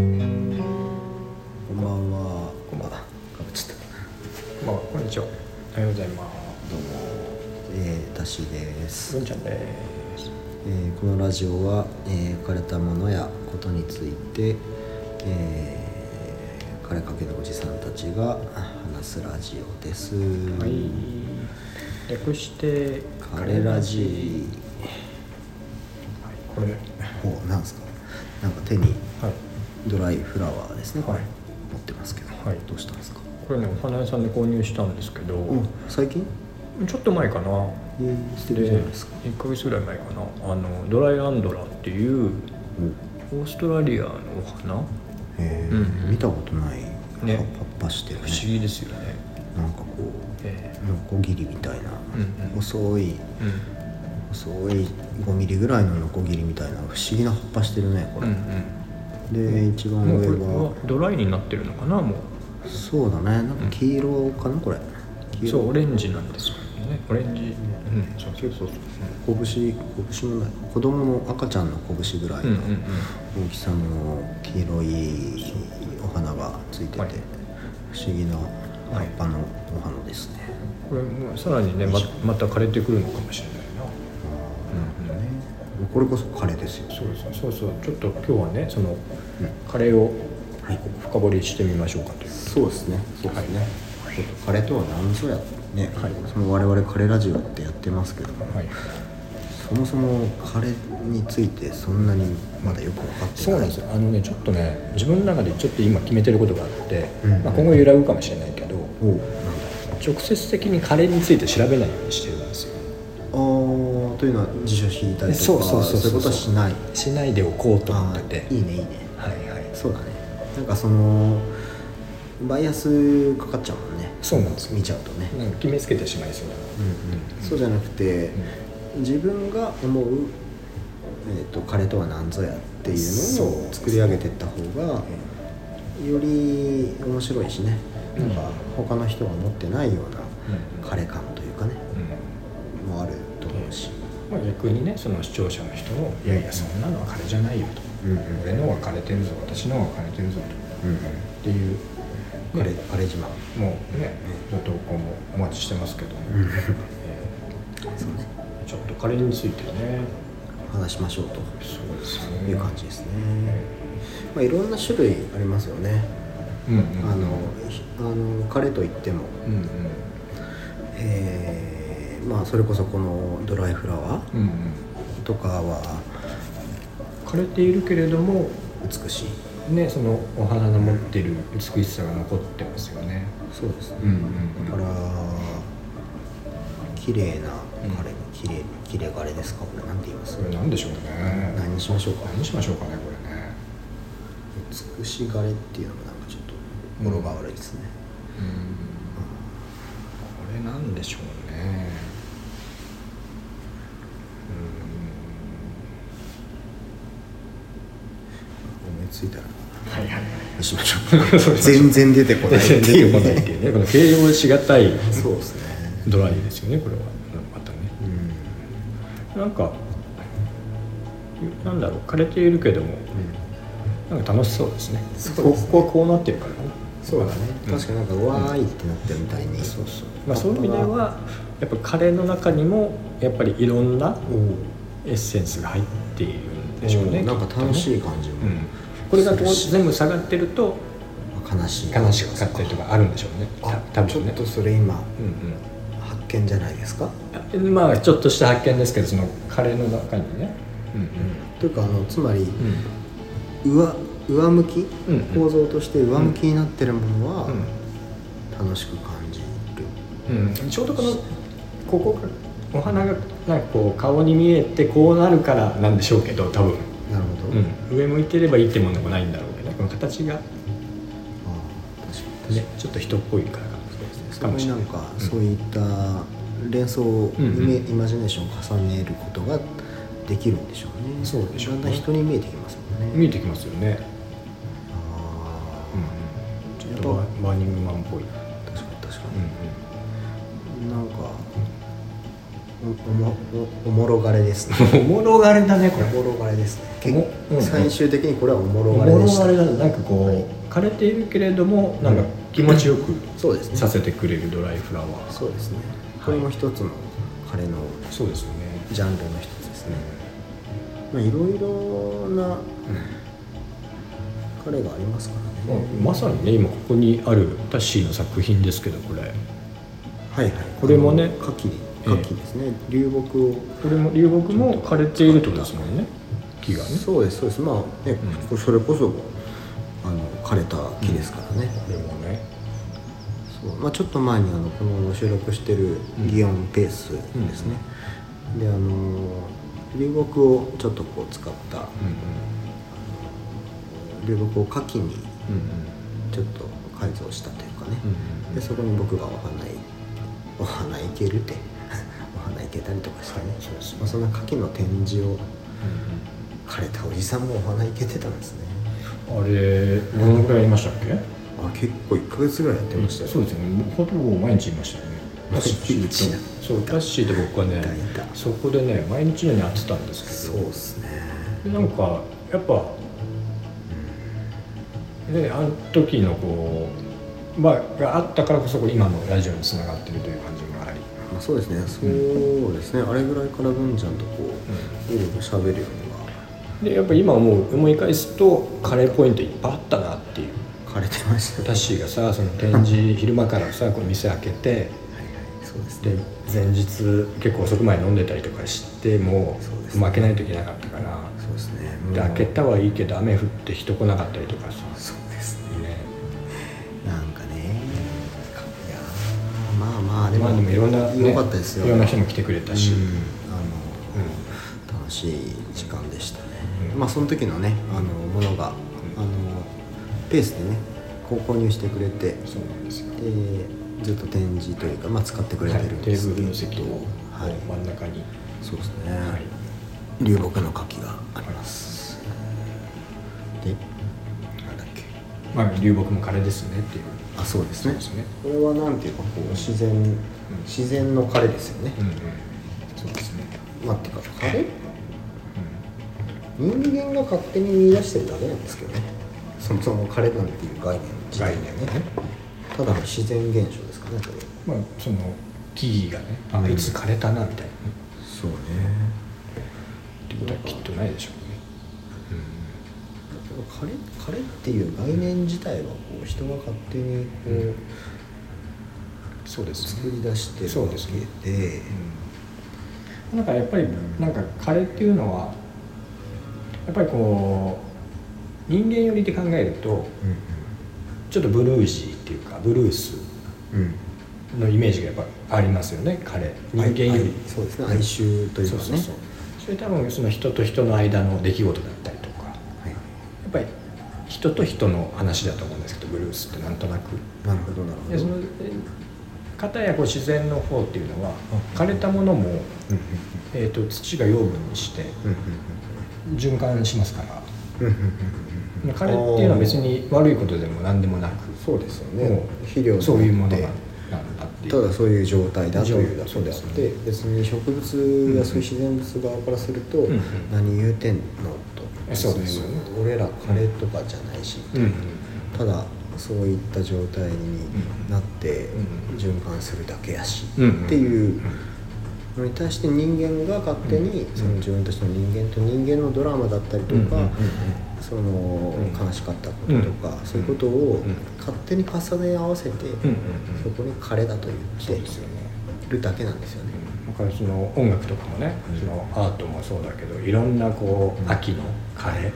こんばんは。こんばんは。かぶっちゃった。まあ、こんにちは。おはようございます。どうも。えー、ダッシーです。文ちゃんです。えー、このラジオは、えー、枯れたものやことについて、えー、枯れかけのおじさんたちが話すラジオです。はい。略して。枯れラジはい、これ。はい。お、なんですか。なんか手にドライフラワーですね。これはい持ってますけど。はいどうしたんですか。これね、お花屋さんで購入したんですけど。うん、最近？ちょっと前かな。えー、してるでじゃないですか。 1ヶ月ぐらい前かなあのドライアンドラっていううん。オーストラリアのお花不えーうんうん見たことない葉ねっぱしてるね思議ですよね、なんかこえうノコギリみたいな、うんうん細いえ細い5ミリぐらいのノコギリみたいな不思議な葉っぱしてるねこうんれ、うんで一う番んもう上これははドライになってるのかなもそうだねなんか黄色かなこれう黄そ色うオレンジなんですよねオレンジうんそうそうそう拳拳もない子供の赤ちゃんの拳ぐらいうんうのんうん大きさの黄色いお花がついてて、はい不思議な葉っぱのお花ですね、これもうさらにねままた枯れてくるのかもしれないな、うんこれこそ枯れですよそうですねそうそうちょっと今日はねそのうんカレーをはい深掘りしてみましょうかというそうですね。そうですね。ちょっと彼とは何ぞやね。はいその我々彼ラジオってやってますけども、はいそもそも彼についてそんなにまだよく分かってない。そうなんですよあのねちょっとね自分の中でちょっと今決めてることがあって、うんまあ、今後揺らぐかもしれないけどおうなんだ。直接的にカレーについて調べないようにしてるんですよあーというのは辞書引いたりとかそうそうそういうことはしない。しないでおこうと思っててあーいいねいいね。はいはいそうだね。なんかそのバイアスかかっちゃうもんね。そうなんですよ見ちゃうとね。なんか決めつけてしまいそうだなうんうん、そうじゃなくて、自分が思う、えー、と彼とは何ぞやっていうのをそう作り上げていった方がより面白いしね、うんなんか他の人が持ってないよううなん彼感というかね、もあると思うし、まあ、逆にねその視聴者の人も「いやいやそんなのは枯れじゃないよ」とうんうん「俺のは枯れてるぞ私のは枯れてるぞ」と、うんっていう、彼ね彼自慢もうねご投稿もお待ちしてますけど、んそうねちょっと枯れについてね話しましょうとそうですよねいう感じですね、まあ、いろんな種類ありますよね、うんうんあのひあの彼といってもうんうんえーまあそれこそこのドライフラワーうんうんとかは枯れているけれども美しいねそのお花の持ってる美しさが残ってますよねそうですね、うんうんうんだから綺麗な枯れ綺麗綺麗枯れですかこれなんて言いますそれなんでしょうね何にしましょうか何しましょうかねこれね美しがれっていうのもなんかちょっと語呂が悪いですね、これなんでしょうね思いついたらはいはいにしましょう 全然出てこないって出いてうこないっていうねこの形容しがたいそうですねドライですよねこれはまたねうんなんかなんだろう枯れているけどもなんか楽しそうですねそうですねここはこうなってるからねそうだね、確かになんか「わーい」ってなってるみたいに、そうそう、まあ、そういう意味ではやっぱカレーの中にもやっぱりいろんなエッセンスが入っているんでしょうね、うんなんか楽しい感じも、きっとね、うん、これがこう全部下がってると悲しい悲しかったりとかあるんでしょうねたあ多ちょ分っねとそれ今うんうん発見じゃないですかあまあちょっとした発見ですけどそのカレーの中にねうんというかあのつまりうん上上向き、うんうん構造として上向きになってるものうはん楽しく感じる、うん、ちょうどこのここがお花がなんかこう顔に見えてこうなるからなんでしょうけど多分、なるほど、あうん、上向いてればいいってもんでもないんだろうけどこの形が、ね、あ確かに確かにちょっと人っぽいからそかこもにしれなないんかそういった連想を、うんうんイメイマジネーションを重ねることができるんでしょうねそうでしょうねだんだん人に見えてきますもんね見えてきますよね、あうん、ちょっとバーバーニングマンっぽい、あ確かに確かに、うおもおおもろがれですね おもろがれだねこおれもろがれですねけおうん最終的にこれはおもおろもがれろでしがたれだねなんかこう枯れているけれどもなんか気持ちよくそうですねさせてくれるドライフラワーそうですねはいこれも一つの彼のそうですよねジャンルの一つですねまあいろいろな彼がありますからね、まさにね今ここにあるタッシーの作品ですけどこれはいはいこれもね牡蠣ええ牡蠣ですね、流木をこれも流木も枯れているってことですもんね木がねそうですそうですまあね、うそれこそあの枯れた木ですからね、これもねそうまあ、ちょっと前にあのこの収録してるうん祇園ペースですね、であの流木をちょっとこう使った流木を牡蠣にうんうんちょっと改造したというかね、うんでそこに僕がお花いお花いけるって お花いけたりとかしてね、そうですねまあ、そんな牡蠣の展示を枯れたおじさんもお花いけてたんですねあれどのぐらいやりましたっけあ結構1ヶ月ぐらいやってましたよ、そうですねもうほぼ毎日いましたよね毎日タッシーとそうタッシーと僕はねいたいたそこでね毎日のように会ってたんですけそどうですねでなんかやっぱねあの時のこうまあがあったからこそこう今のラジオにつながってるという感じもあり、まあ、そうですねそうですね、あれぐらいから文ちゃんとこういろいろ喋るようでやっぱ今思う思い返すとカレーポイントいっぱいあったなっていうには枯れてましたねタッシーがさその展示昼間からさこう店開けてはいはいそうですでね前日結構遅くまで飲んでたりとかしてもそうですね負けないといけなかったからそうですねで開けたはいいけど雨降って人来なかったりとかさ、そうですねね、なんかねいやーまあまあでも,、まあでもいろんな、ね良かったですよいろんな人も来てくれたし、うんあの、楽しい時間でしたね、うんまあその時のねあのものが、あのペースでねこう購入してくれてでそうなんですよずっと展示というか、まあ、使ってくれてはいるんテですけど、ーブルの席をはい真ん中に、そうですね、はい流木の牡蠣があります、でなんだっけまあ、流木も枯れですねっていうあそうですねですねこれはなんていうかこう自然、自然の枯れですよね、うんうんそうですね、まあっていうか枯れう人間が勝手に見出してるだけなんですけどねそもそも枯れなんていう概念自体がね概念ねただの自然現象ですかねそれんまあその木々がねあいつ枯れたなみたいなね、そうねってことはきっとないでしょうね、枯れ枯れっていう概念自体はこう人が勝手にこううんそうです作り出してるそうわですねけでうんなんかやっぱりなんかカレーっていうのはやっぱりこう人間寄りで考えるとちょっとブルージーっていうかブルースうんうんのイメージがやっぱありますよねカレー人間よりあいそうですね哀愁というかそうねそうそうそれ多分その人と人の間の出来事だったりとかやはいっぱり人と人の話だと思うんですけどブルースってなんとなくなるほどなるほでどそのえ片やこう自然の方っていうのは枯れたものも、うんえー、と土が養分にしてうん循環しますからうんうんうんうん枯れっていうのは別に悪いことでも何でもなくそうですよもねう肥料そういうものでがなんだっていたうだそういう状態だというだけそうでであっすて別に植物やそういう自然物側からするとんうん何言うてんのとえそうですよね別に俺ら彼とかじゃないしうんうんただそういった状態になってうん循環するだけやしうんうんっていうのに対して人間が勝手にうんその自分たちの人間と人間のドラマだったりとうんうんうんかそのうん悲しかったこととかうんそういうことをうん勝手に重ね合わせてうんうんうそんこに彼だとそ言うっでてすよねるだけなんですよね。だからその音楽とかもねそのアートもそうだけどいろんなこう秋の枯れはいはい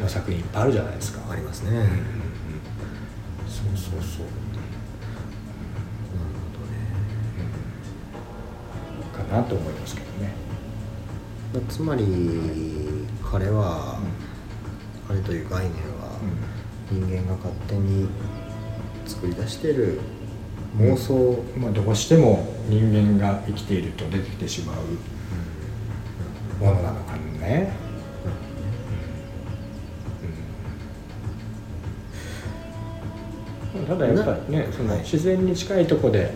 の作品いっぱいあるじゃないですかありますね。なうんるうんうんそうそうそうかなと思いますけどねほどね。つまり彼は、彼という概念は、人間が勝手に作り出してる妄想、まあ、どうしても人間が生きていると出てきてしまうものなのかね、うんただやっぱりねそのはい自然に近いとこで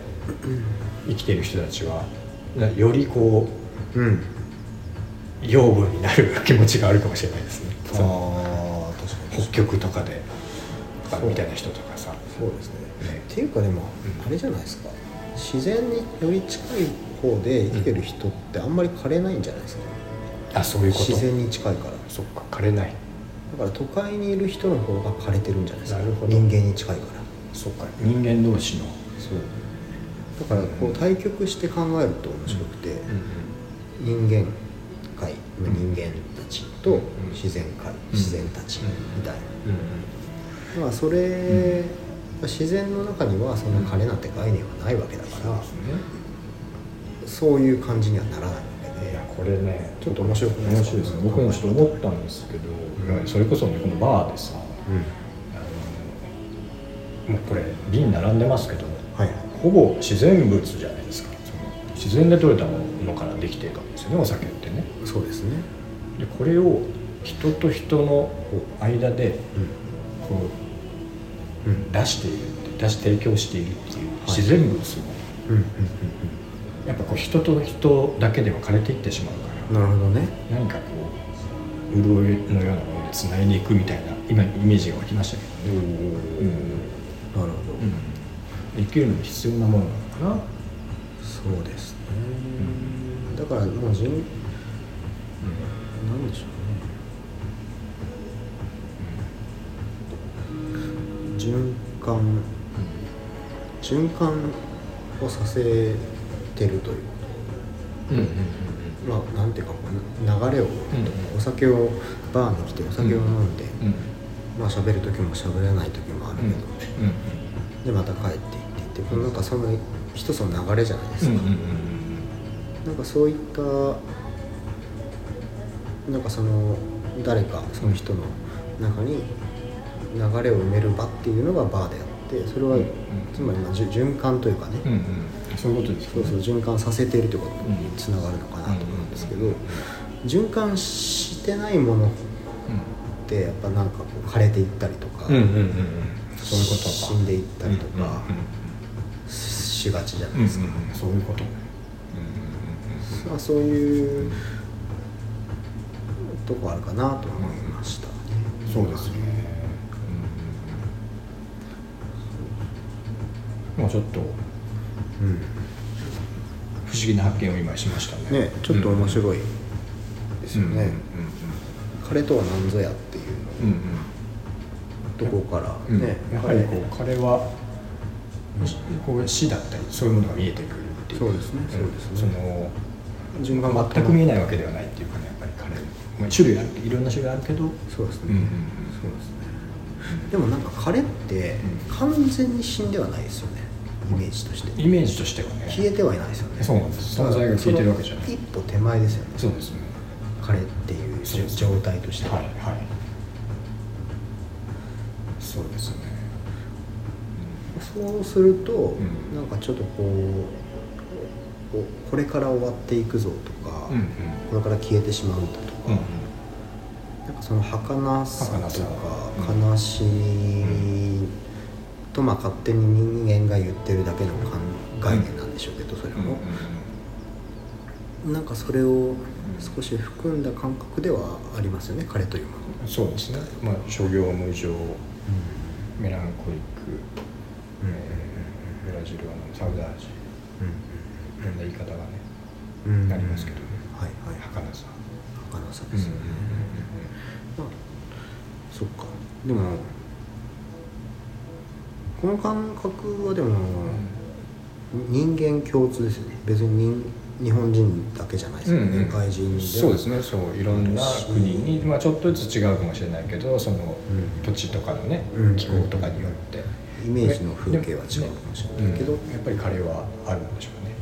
生きている人たちはなよりこううん養分になる気持ちがあるかもしれないですねああその確かに北極とかでとかそうみたいな人とかさそうですねねっていうかでも、うんあれじゃないですか自然により近い方で生きてる人ってあんまり枯れないんじゃないですか、あそういうこと自然に近いからそっか枯れないだから都会にいる人の方が枯れてるんじゃないですかなるほど人間に近いからそっか人間同士の、そうだからこう対局して考えると面白くて、人間界の人間たちうとん自然界、ん自然たちみたいな、うんうんまあそれ、自然の中にはそんな彼なんて概念はないわけだから、そういう感じにはならないわけいでやこれねちょっと面白くないで面すか白いですね僕もちょっと思ったんですけど、うんそれこそねこのバーでさうんあのもうこれ瓶並んでますけどはいほぼ自然物じゃないですかその自然で取れたものからできてるわけですよねお酒ってねそうですねでこれを人と人のこう間でうこんううん出しているって出し提供しているっていうい自然物を、うんうんやっぱこう人と人だけでは枯れていってしまうからうんなるほどね何かこう潤いのようなものでつないでいくみたいな今イメージが湧きましたけおお、どね、なるほど、生きるのに必要なものなのかな、そうですね、だからもう人なんでしょうね循環循環をさせてるといううんうんうんまあなんていうかこう流れを、んお酒をバーに来てお酒を飲んで、うんまあ喋る時も喋れない時もあるけうんど、でまた帰っていってってこのなんかその一つの流れじゃないですうんうんうんうんうんか、うんなんかそういったなんかその誰かその人の中に流れを埋める場っていうのがバーであってそれはうんつまりまあじゅ循環というかね、うんうんそういうことですそうよねそう循環させているということうにんつながるのかなと思うんですけど、うん循環してないものってやっぱなんかこう枯れていったりとか、うんうんうんうんそういうことか死んでいったりとうんうんかしがちじゃないうんうんうんですか、そういうことねまあ、そういうとこあるかなと思いましたね、そうですね、うん、もうちょっとうん不思議な発見を今しましたねねちょっと面白いですよね、う彼とは何ぞやっていうんうんとこからうんうんね、やはりこう彼はこう死だったりそういうものが見えてくるっていうそうですねそうですねその順番全く見えないないわけではないっていうかねやっぱり彼まあ種類あるいろんな種類あるけどうんそうですね、うんうんうんそうですねでもなんか彼って完全に死んではないですよねイメージとしてイメージとしてはね消えてはいないですよねそうなんです存在が消えてるわけじゃないその一歩手前ですよねそうですね彼っていうそうです状態としてははいはいそうですねそうすると、んなんかちょっとこうここれから終わっていくぞとか、うんうんこれから消えてしまうんだとうんか、うんなんかその儚さ儚とさかうん悲しみとまあ勝手に人間が言ってるだけの感概念なんでしょうけどそれうんうんも、なんかそれを少し含んだ感覚ではありますよね彼というもの。うんそうですねまあ諸行無常メランコリック、えーブラジルはあのサウダージいろんな言い方がねうんうんなりますけどねはいはい儚さ儚さうでんすよね、まあそっかでもこの感覚はでも人間共通ですよね別に人日本人だけじゃないですよね、うんうん外人でもそうですねそういろんな国に、まあ、ちょっとずつ違うかもしれないけどそのうん土地とかのね、うん気候とかによってイメージの風景は違うかもしれないけど、うんやっぱり彼はあるんでしょうね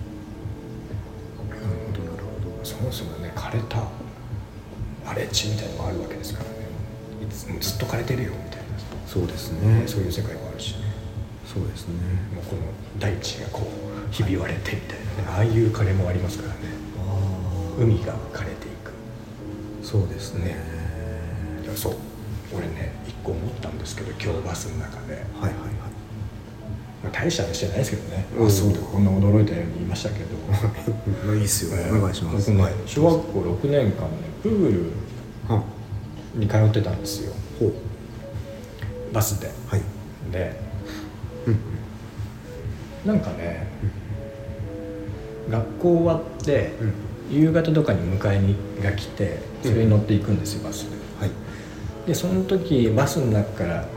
なるほどなるほどそもそもね枯れた荒れ地みたいのがあるわけですからねいつもうずっと枯れてるよみたいな、そうですねそういう世界もあるしねそうですねもうこの大地がこうひび割れてみたいなねああいう枯れもありますからねああ海が枯れていくそうですねねいやそう俺ね一個思ったんですけど今日バスの中ではいはいはいまあ、大した話じゃないですけどね、うんあそうだこんな驚いたように言いましたけど まあいいっすよ、お願いします、僕ね小学校6年間ねプールはに通ってたんですよほうバスではいでうんなんかね、学校終わって、うん夕方とかに迎えにが来てそれに乗っていくんですよ、バスではいでその時バスの中から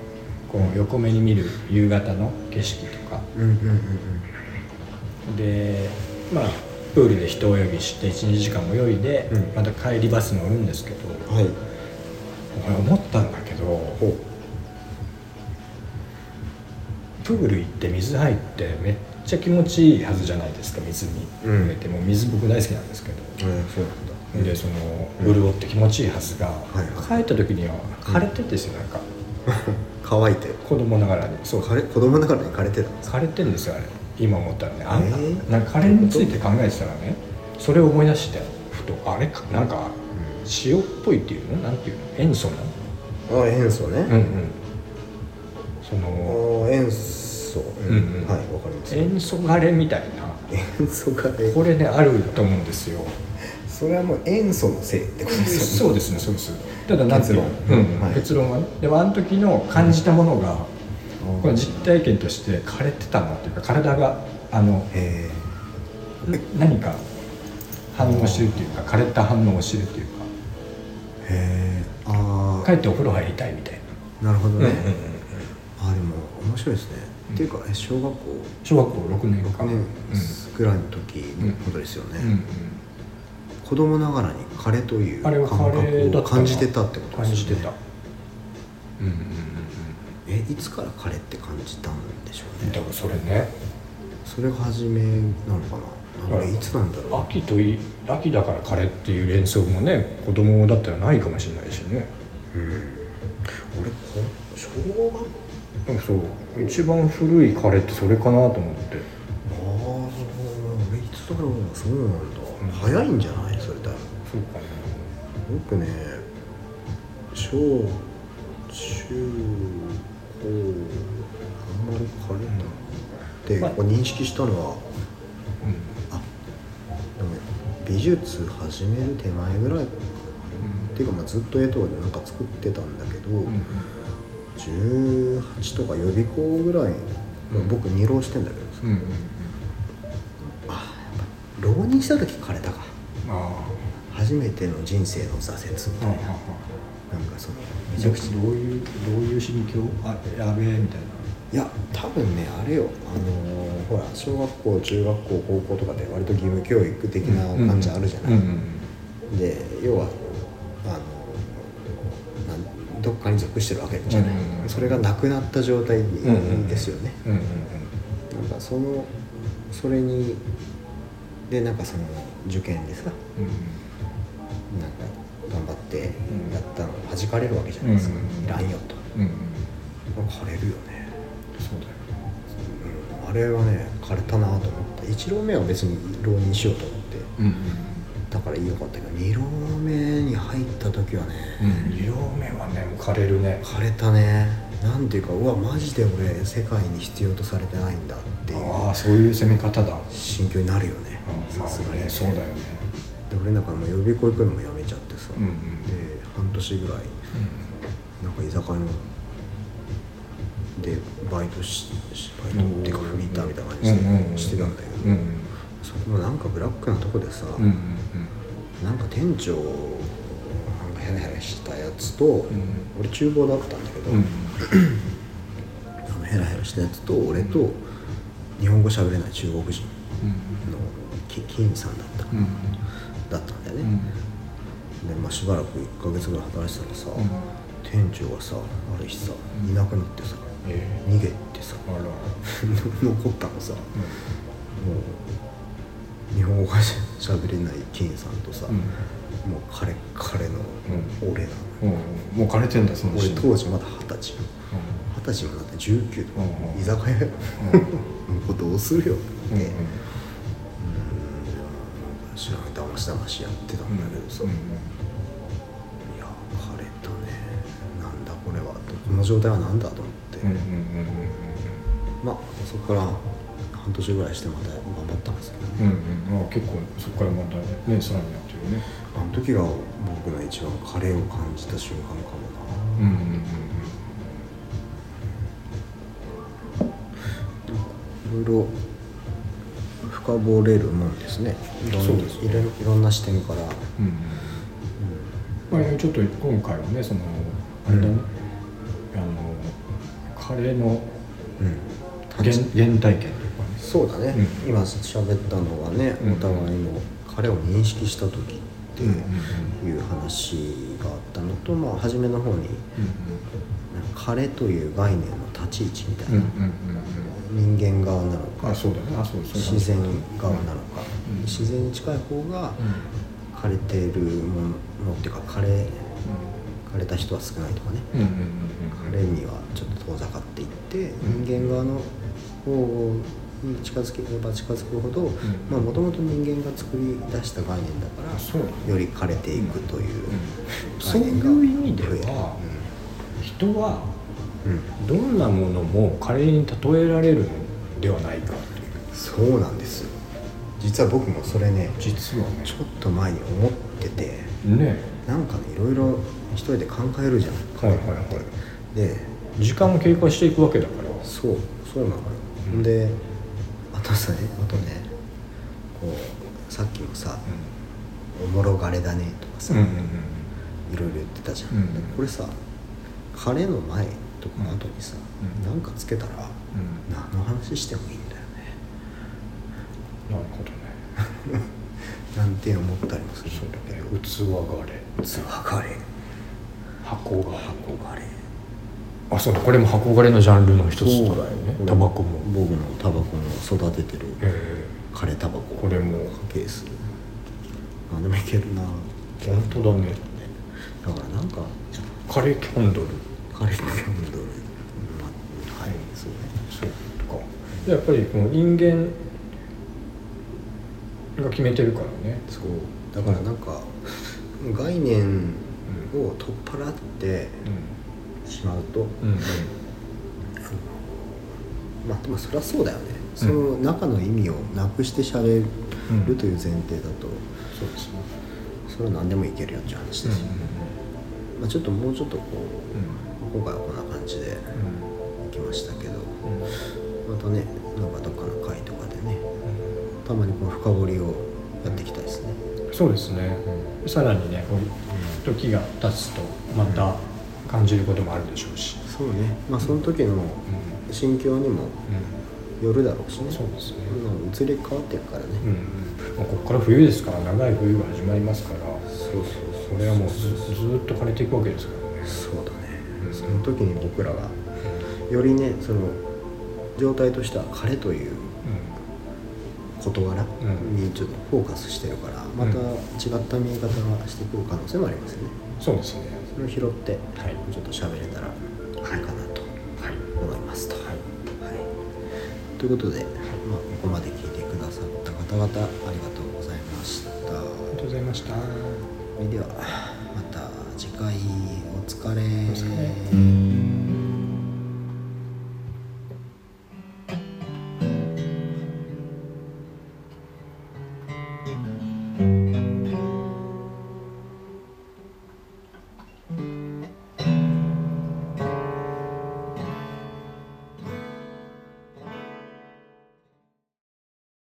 こう横目に見る夕方の景色とかうんうんうんでまあプールで一泳ぎして12時間泳いで、うんまた帰りバス乗るんですけどうんはい俺思ったんだけどほうプール行って水入ってめっちゃ気持ちいいはずじゃないですか水にうん触れて、もう水僕大好きなんですけど、えそうなんだでそのうん潤って気持ちいいはずが、いは帰った時には枯れてですよ、なんか乾いて子供ながらにそう枯れ子供ながらに枯れてたんです枯れてんですよあれ今思ったらねあんえーなんかカレーについて考えてたらねそれを思い出してふとあれかなんか塩っぽいっていうのなんていうの塩素なのあ塩素ね、うんうんそあのー塩素、うんうんうんはいわかります塩素枯れみたいな塩素がねこれねあると思うんですよそれはもう塩素のせいってことですよねそうですねそうですただなんていうの結う論んはい結論はねでもあの時の感じたものがうんこれ実体験として枯れてたなっていうか体があのへ何か反応をしてるっていうか枯れた反応をしてるっていうかえへえあ帰ってお風呂入りたいみたいあなるほどな、ね、あでも面白いですね、っていうかえ小学校小学校6年6間年うぐらいの時のことですよね、んうんうん子供ながらにカレーというあれ感はカレ覚ーだをったな感じてたってことです感ねじてたうんうんうんえいつからカレーって感じたんでしょううんねだからそれねそれが初めなのかなあれいつなんだろ秋とい秋だからカレーっていう連想もね子供だったらないかもしれないしねう、うん、俺こ小学校そう一番古いカレーってそれかなと思っあてあ俺いつだろうなそうなんだ、早いんじゃないそれ多分そ僕うかなね小中高あんまりカレーなで、まあこう認識したのはうあでも美術始める手前ぐらいかな、っていうか、まあ、ずっと絵とかでなんか作ってたんだけど、んうん18とか予備校ぐらい、まあ、僕二浪してんだけどさ、うんうんあやっぱ浪人した時枯れたかあ初めての人生の挫折みあたいな,、なんかそのめめちちゃゃくくちゃちゃどういうどういう心境あやべえみたいないや多分ねあれよあのーほら小学校中学校高校とかで割と義務教育的な感じあるじゃない、うんうんで要はあのなんどっかに属してるわけじゃない、うんうんうんそれがなくなった状態うんうんうんですよね、うんうんなんかそのそれにでなんかその受験でさうんうんなんか頑張ってやったのを弾かれるわけじゃないですか、うんうんうんいらんよとうんうん枯れるよね、そうだようん、あれはね枯れたなと思った1浪目は別に浪人しようと思ってうんうんだからよかったけど2浪目に入った時はね、うん二両目はねもう枯れるね枯れたねなんていうかうわマジで俺世界に必要とされてないんだっていうああそういう攻め方だ心境になるよねまさすあがにねそうだよねで俺なんかもう予備校行くのもやめちゃってさ、うんうんで半年ぐらいなんか居酒屋のでバイトししバイトっていうかフリーターみたいな感じうんうんうんでしてたんだけど、うんうんそれもなんかブラックなとこでさ、うんうんなんか店長なんかヘラヘラしたやつと、ん俺厨房だったんだけど、うんうんあのヘラヘラしたやつと俺と日本語喋れない中国人のき金さんだった、うんだったんだようね、んで、まあ、しばらく1ヶ月ぐらい働いてたらさ、うん店長がさある日さいなくなってさえ逃げてさあら 残ったのさ、もう日本語がしゃべれない金さんとさ、うんもう彼彼の俺なの、うんもう枯れてんだその俺時点で当時まだ二十歳よ二十歳もなって19とか、うんうん居酒屋よ、 もうどうするよって、うんううんんなんか知らない騙し騙しやってたんだけどさ、うんいや枯れたねなんだこれはとこの状態はなんだと思って、うんうんうんうんうんうんまあそこから半年ぐらいしてまた頑張ったんですけどうね、んうんまあ結構そこからまたねさらになってるよねあの時が僕の一番カレーを感じた瞬間かもなうんうんうんうんいろいろ深掘れるもんですねいろんそうですねいろいろいろんな視点から、うんうんまあちょっと今回はねそのあれだね、あのカレーのうん原原体験というかねそうだね、うん今喋ったのはね、うんお互いの彼を認識した時ってうんうんいう話があったのと、まあ、初めの方にう彼という概念の立ち位置みたいな、んうんうんうん人間側なのあかそうだねあそうそう自然側なのか、うん自然に近い方がう枯れてるものっていうか枯れ枯れた人は少ないとかね、んうんうん彼にはちょっと遠ざかっていって人間側の方に近づければ近づくほどもともと人間が作り出した概念だからそうだねより枯れていくというそういう意味では人はうんうんどんなものもカレーに例えられるのではないかというそうなんですよ実は僕もそれねち実はねょっと前に思っててねなんかねいろいろ一人で考えるじゃないはいはいはいで時間を経過していくわけだからそうそうなのよ、うんであとさねあとねこうさっきもさ、おもろがれだねとかさ、うんうんいろいろ言ってたじゃん、うんうんこれさカレーの前とかの後にさ、うんなんかつけたら、うん何の話してもいいんだよねなるほどねなんて思ったりもするそうんだけどだね器があれ器カレー箱がおカレーあそうだこれも箱枯れのジャンルの一つだよねタバコも僕のタバコの育ててるえカレータバコこれもケース何でもいけるなえ本当だねだからなんかカレーキャンドルカレーキャンドル、まあ、はいそうねそうかやっぱりこの人間が決めてるからねそうだからなんか概念を取っ払ってうしまうと、んうんまあでもそりゃそうだよねその中の意味をなくしてしゃべるうんという前提だと、そうですねそれは何でもいけるよっていう話うだんし、まあ、ちょっともうちょっとこう、う今回はこんな感じでんいきましたけどうんうんまたねなんかどっかの会とかでねたまにこう深掘りをやっていきたいですね、そうですね、さらにねこう時が経つとまた感じることもあるでしょうし、そうねまあその時のう心境にもよるだろうしねそうですねうん移り変わっていくからね、うんまあ、ここから冬ですから長い冬が始まりますからそうそうそれはもうずずーっと枯れていくわけですからねそうだね、うんその時に僕らがよりねその状態としては彼という事柄んにちょっとフォーカスしてるからまたう違った見え方がしてくる可能性もありますよねうんそうですねそれを拾ってはいちょっと喋れたらいいかなとはい思いますと、はいはい、ということで、まあ、ここまで聞いてくださった方々ありがとうございましたありがとうございましたそれではまた次回お疲れお疲れ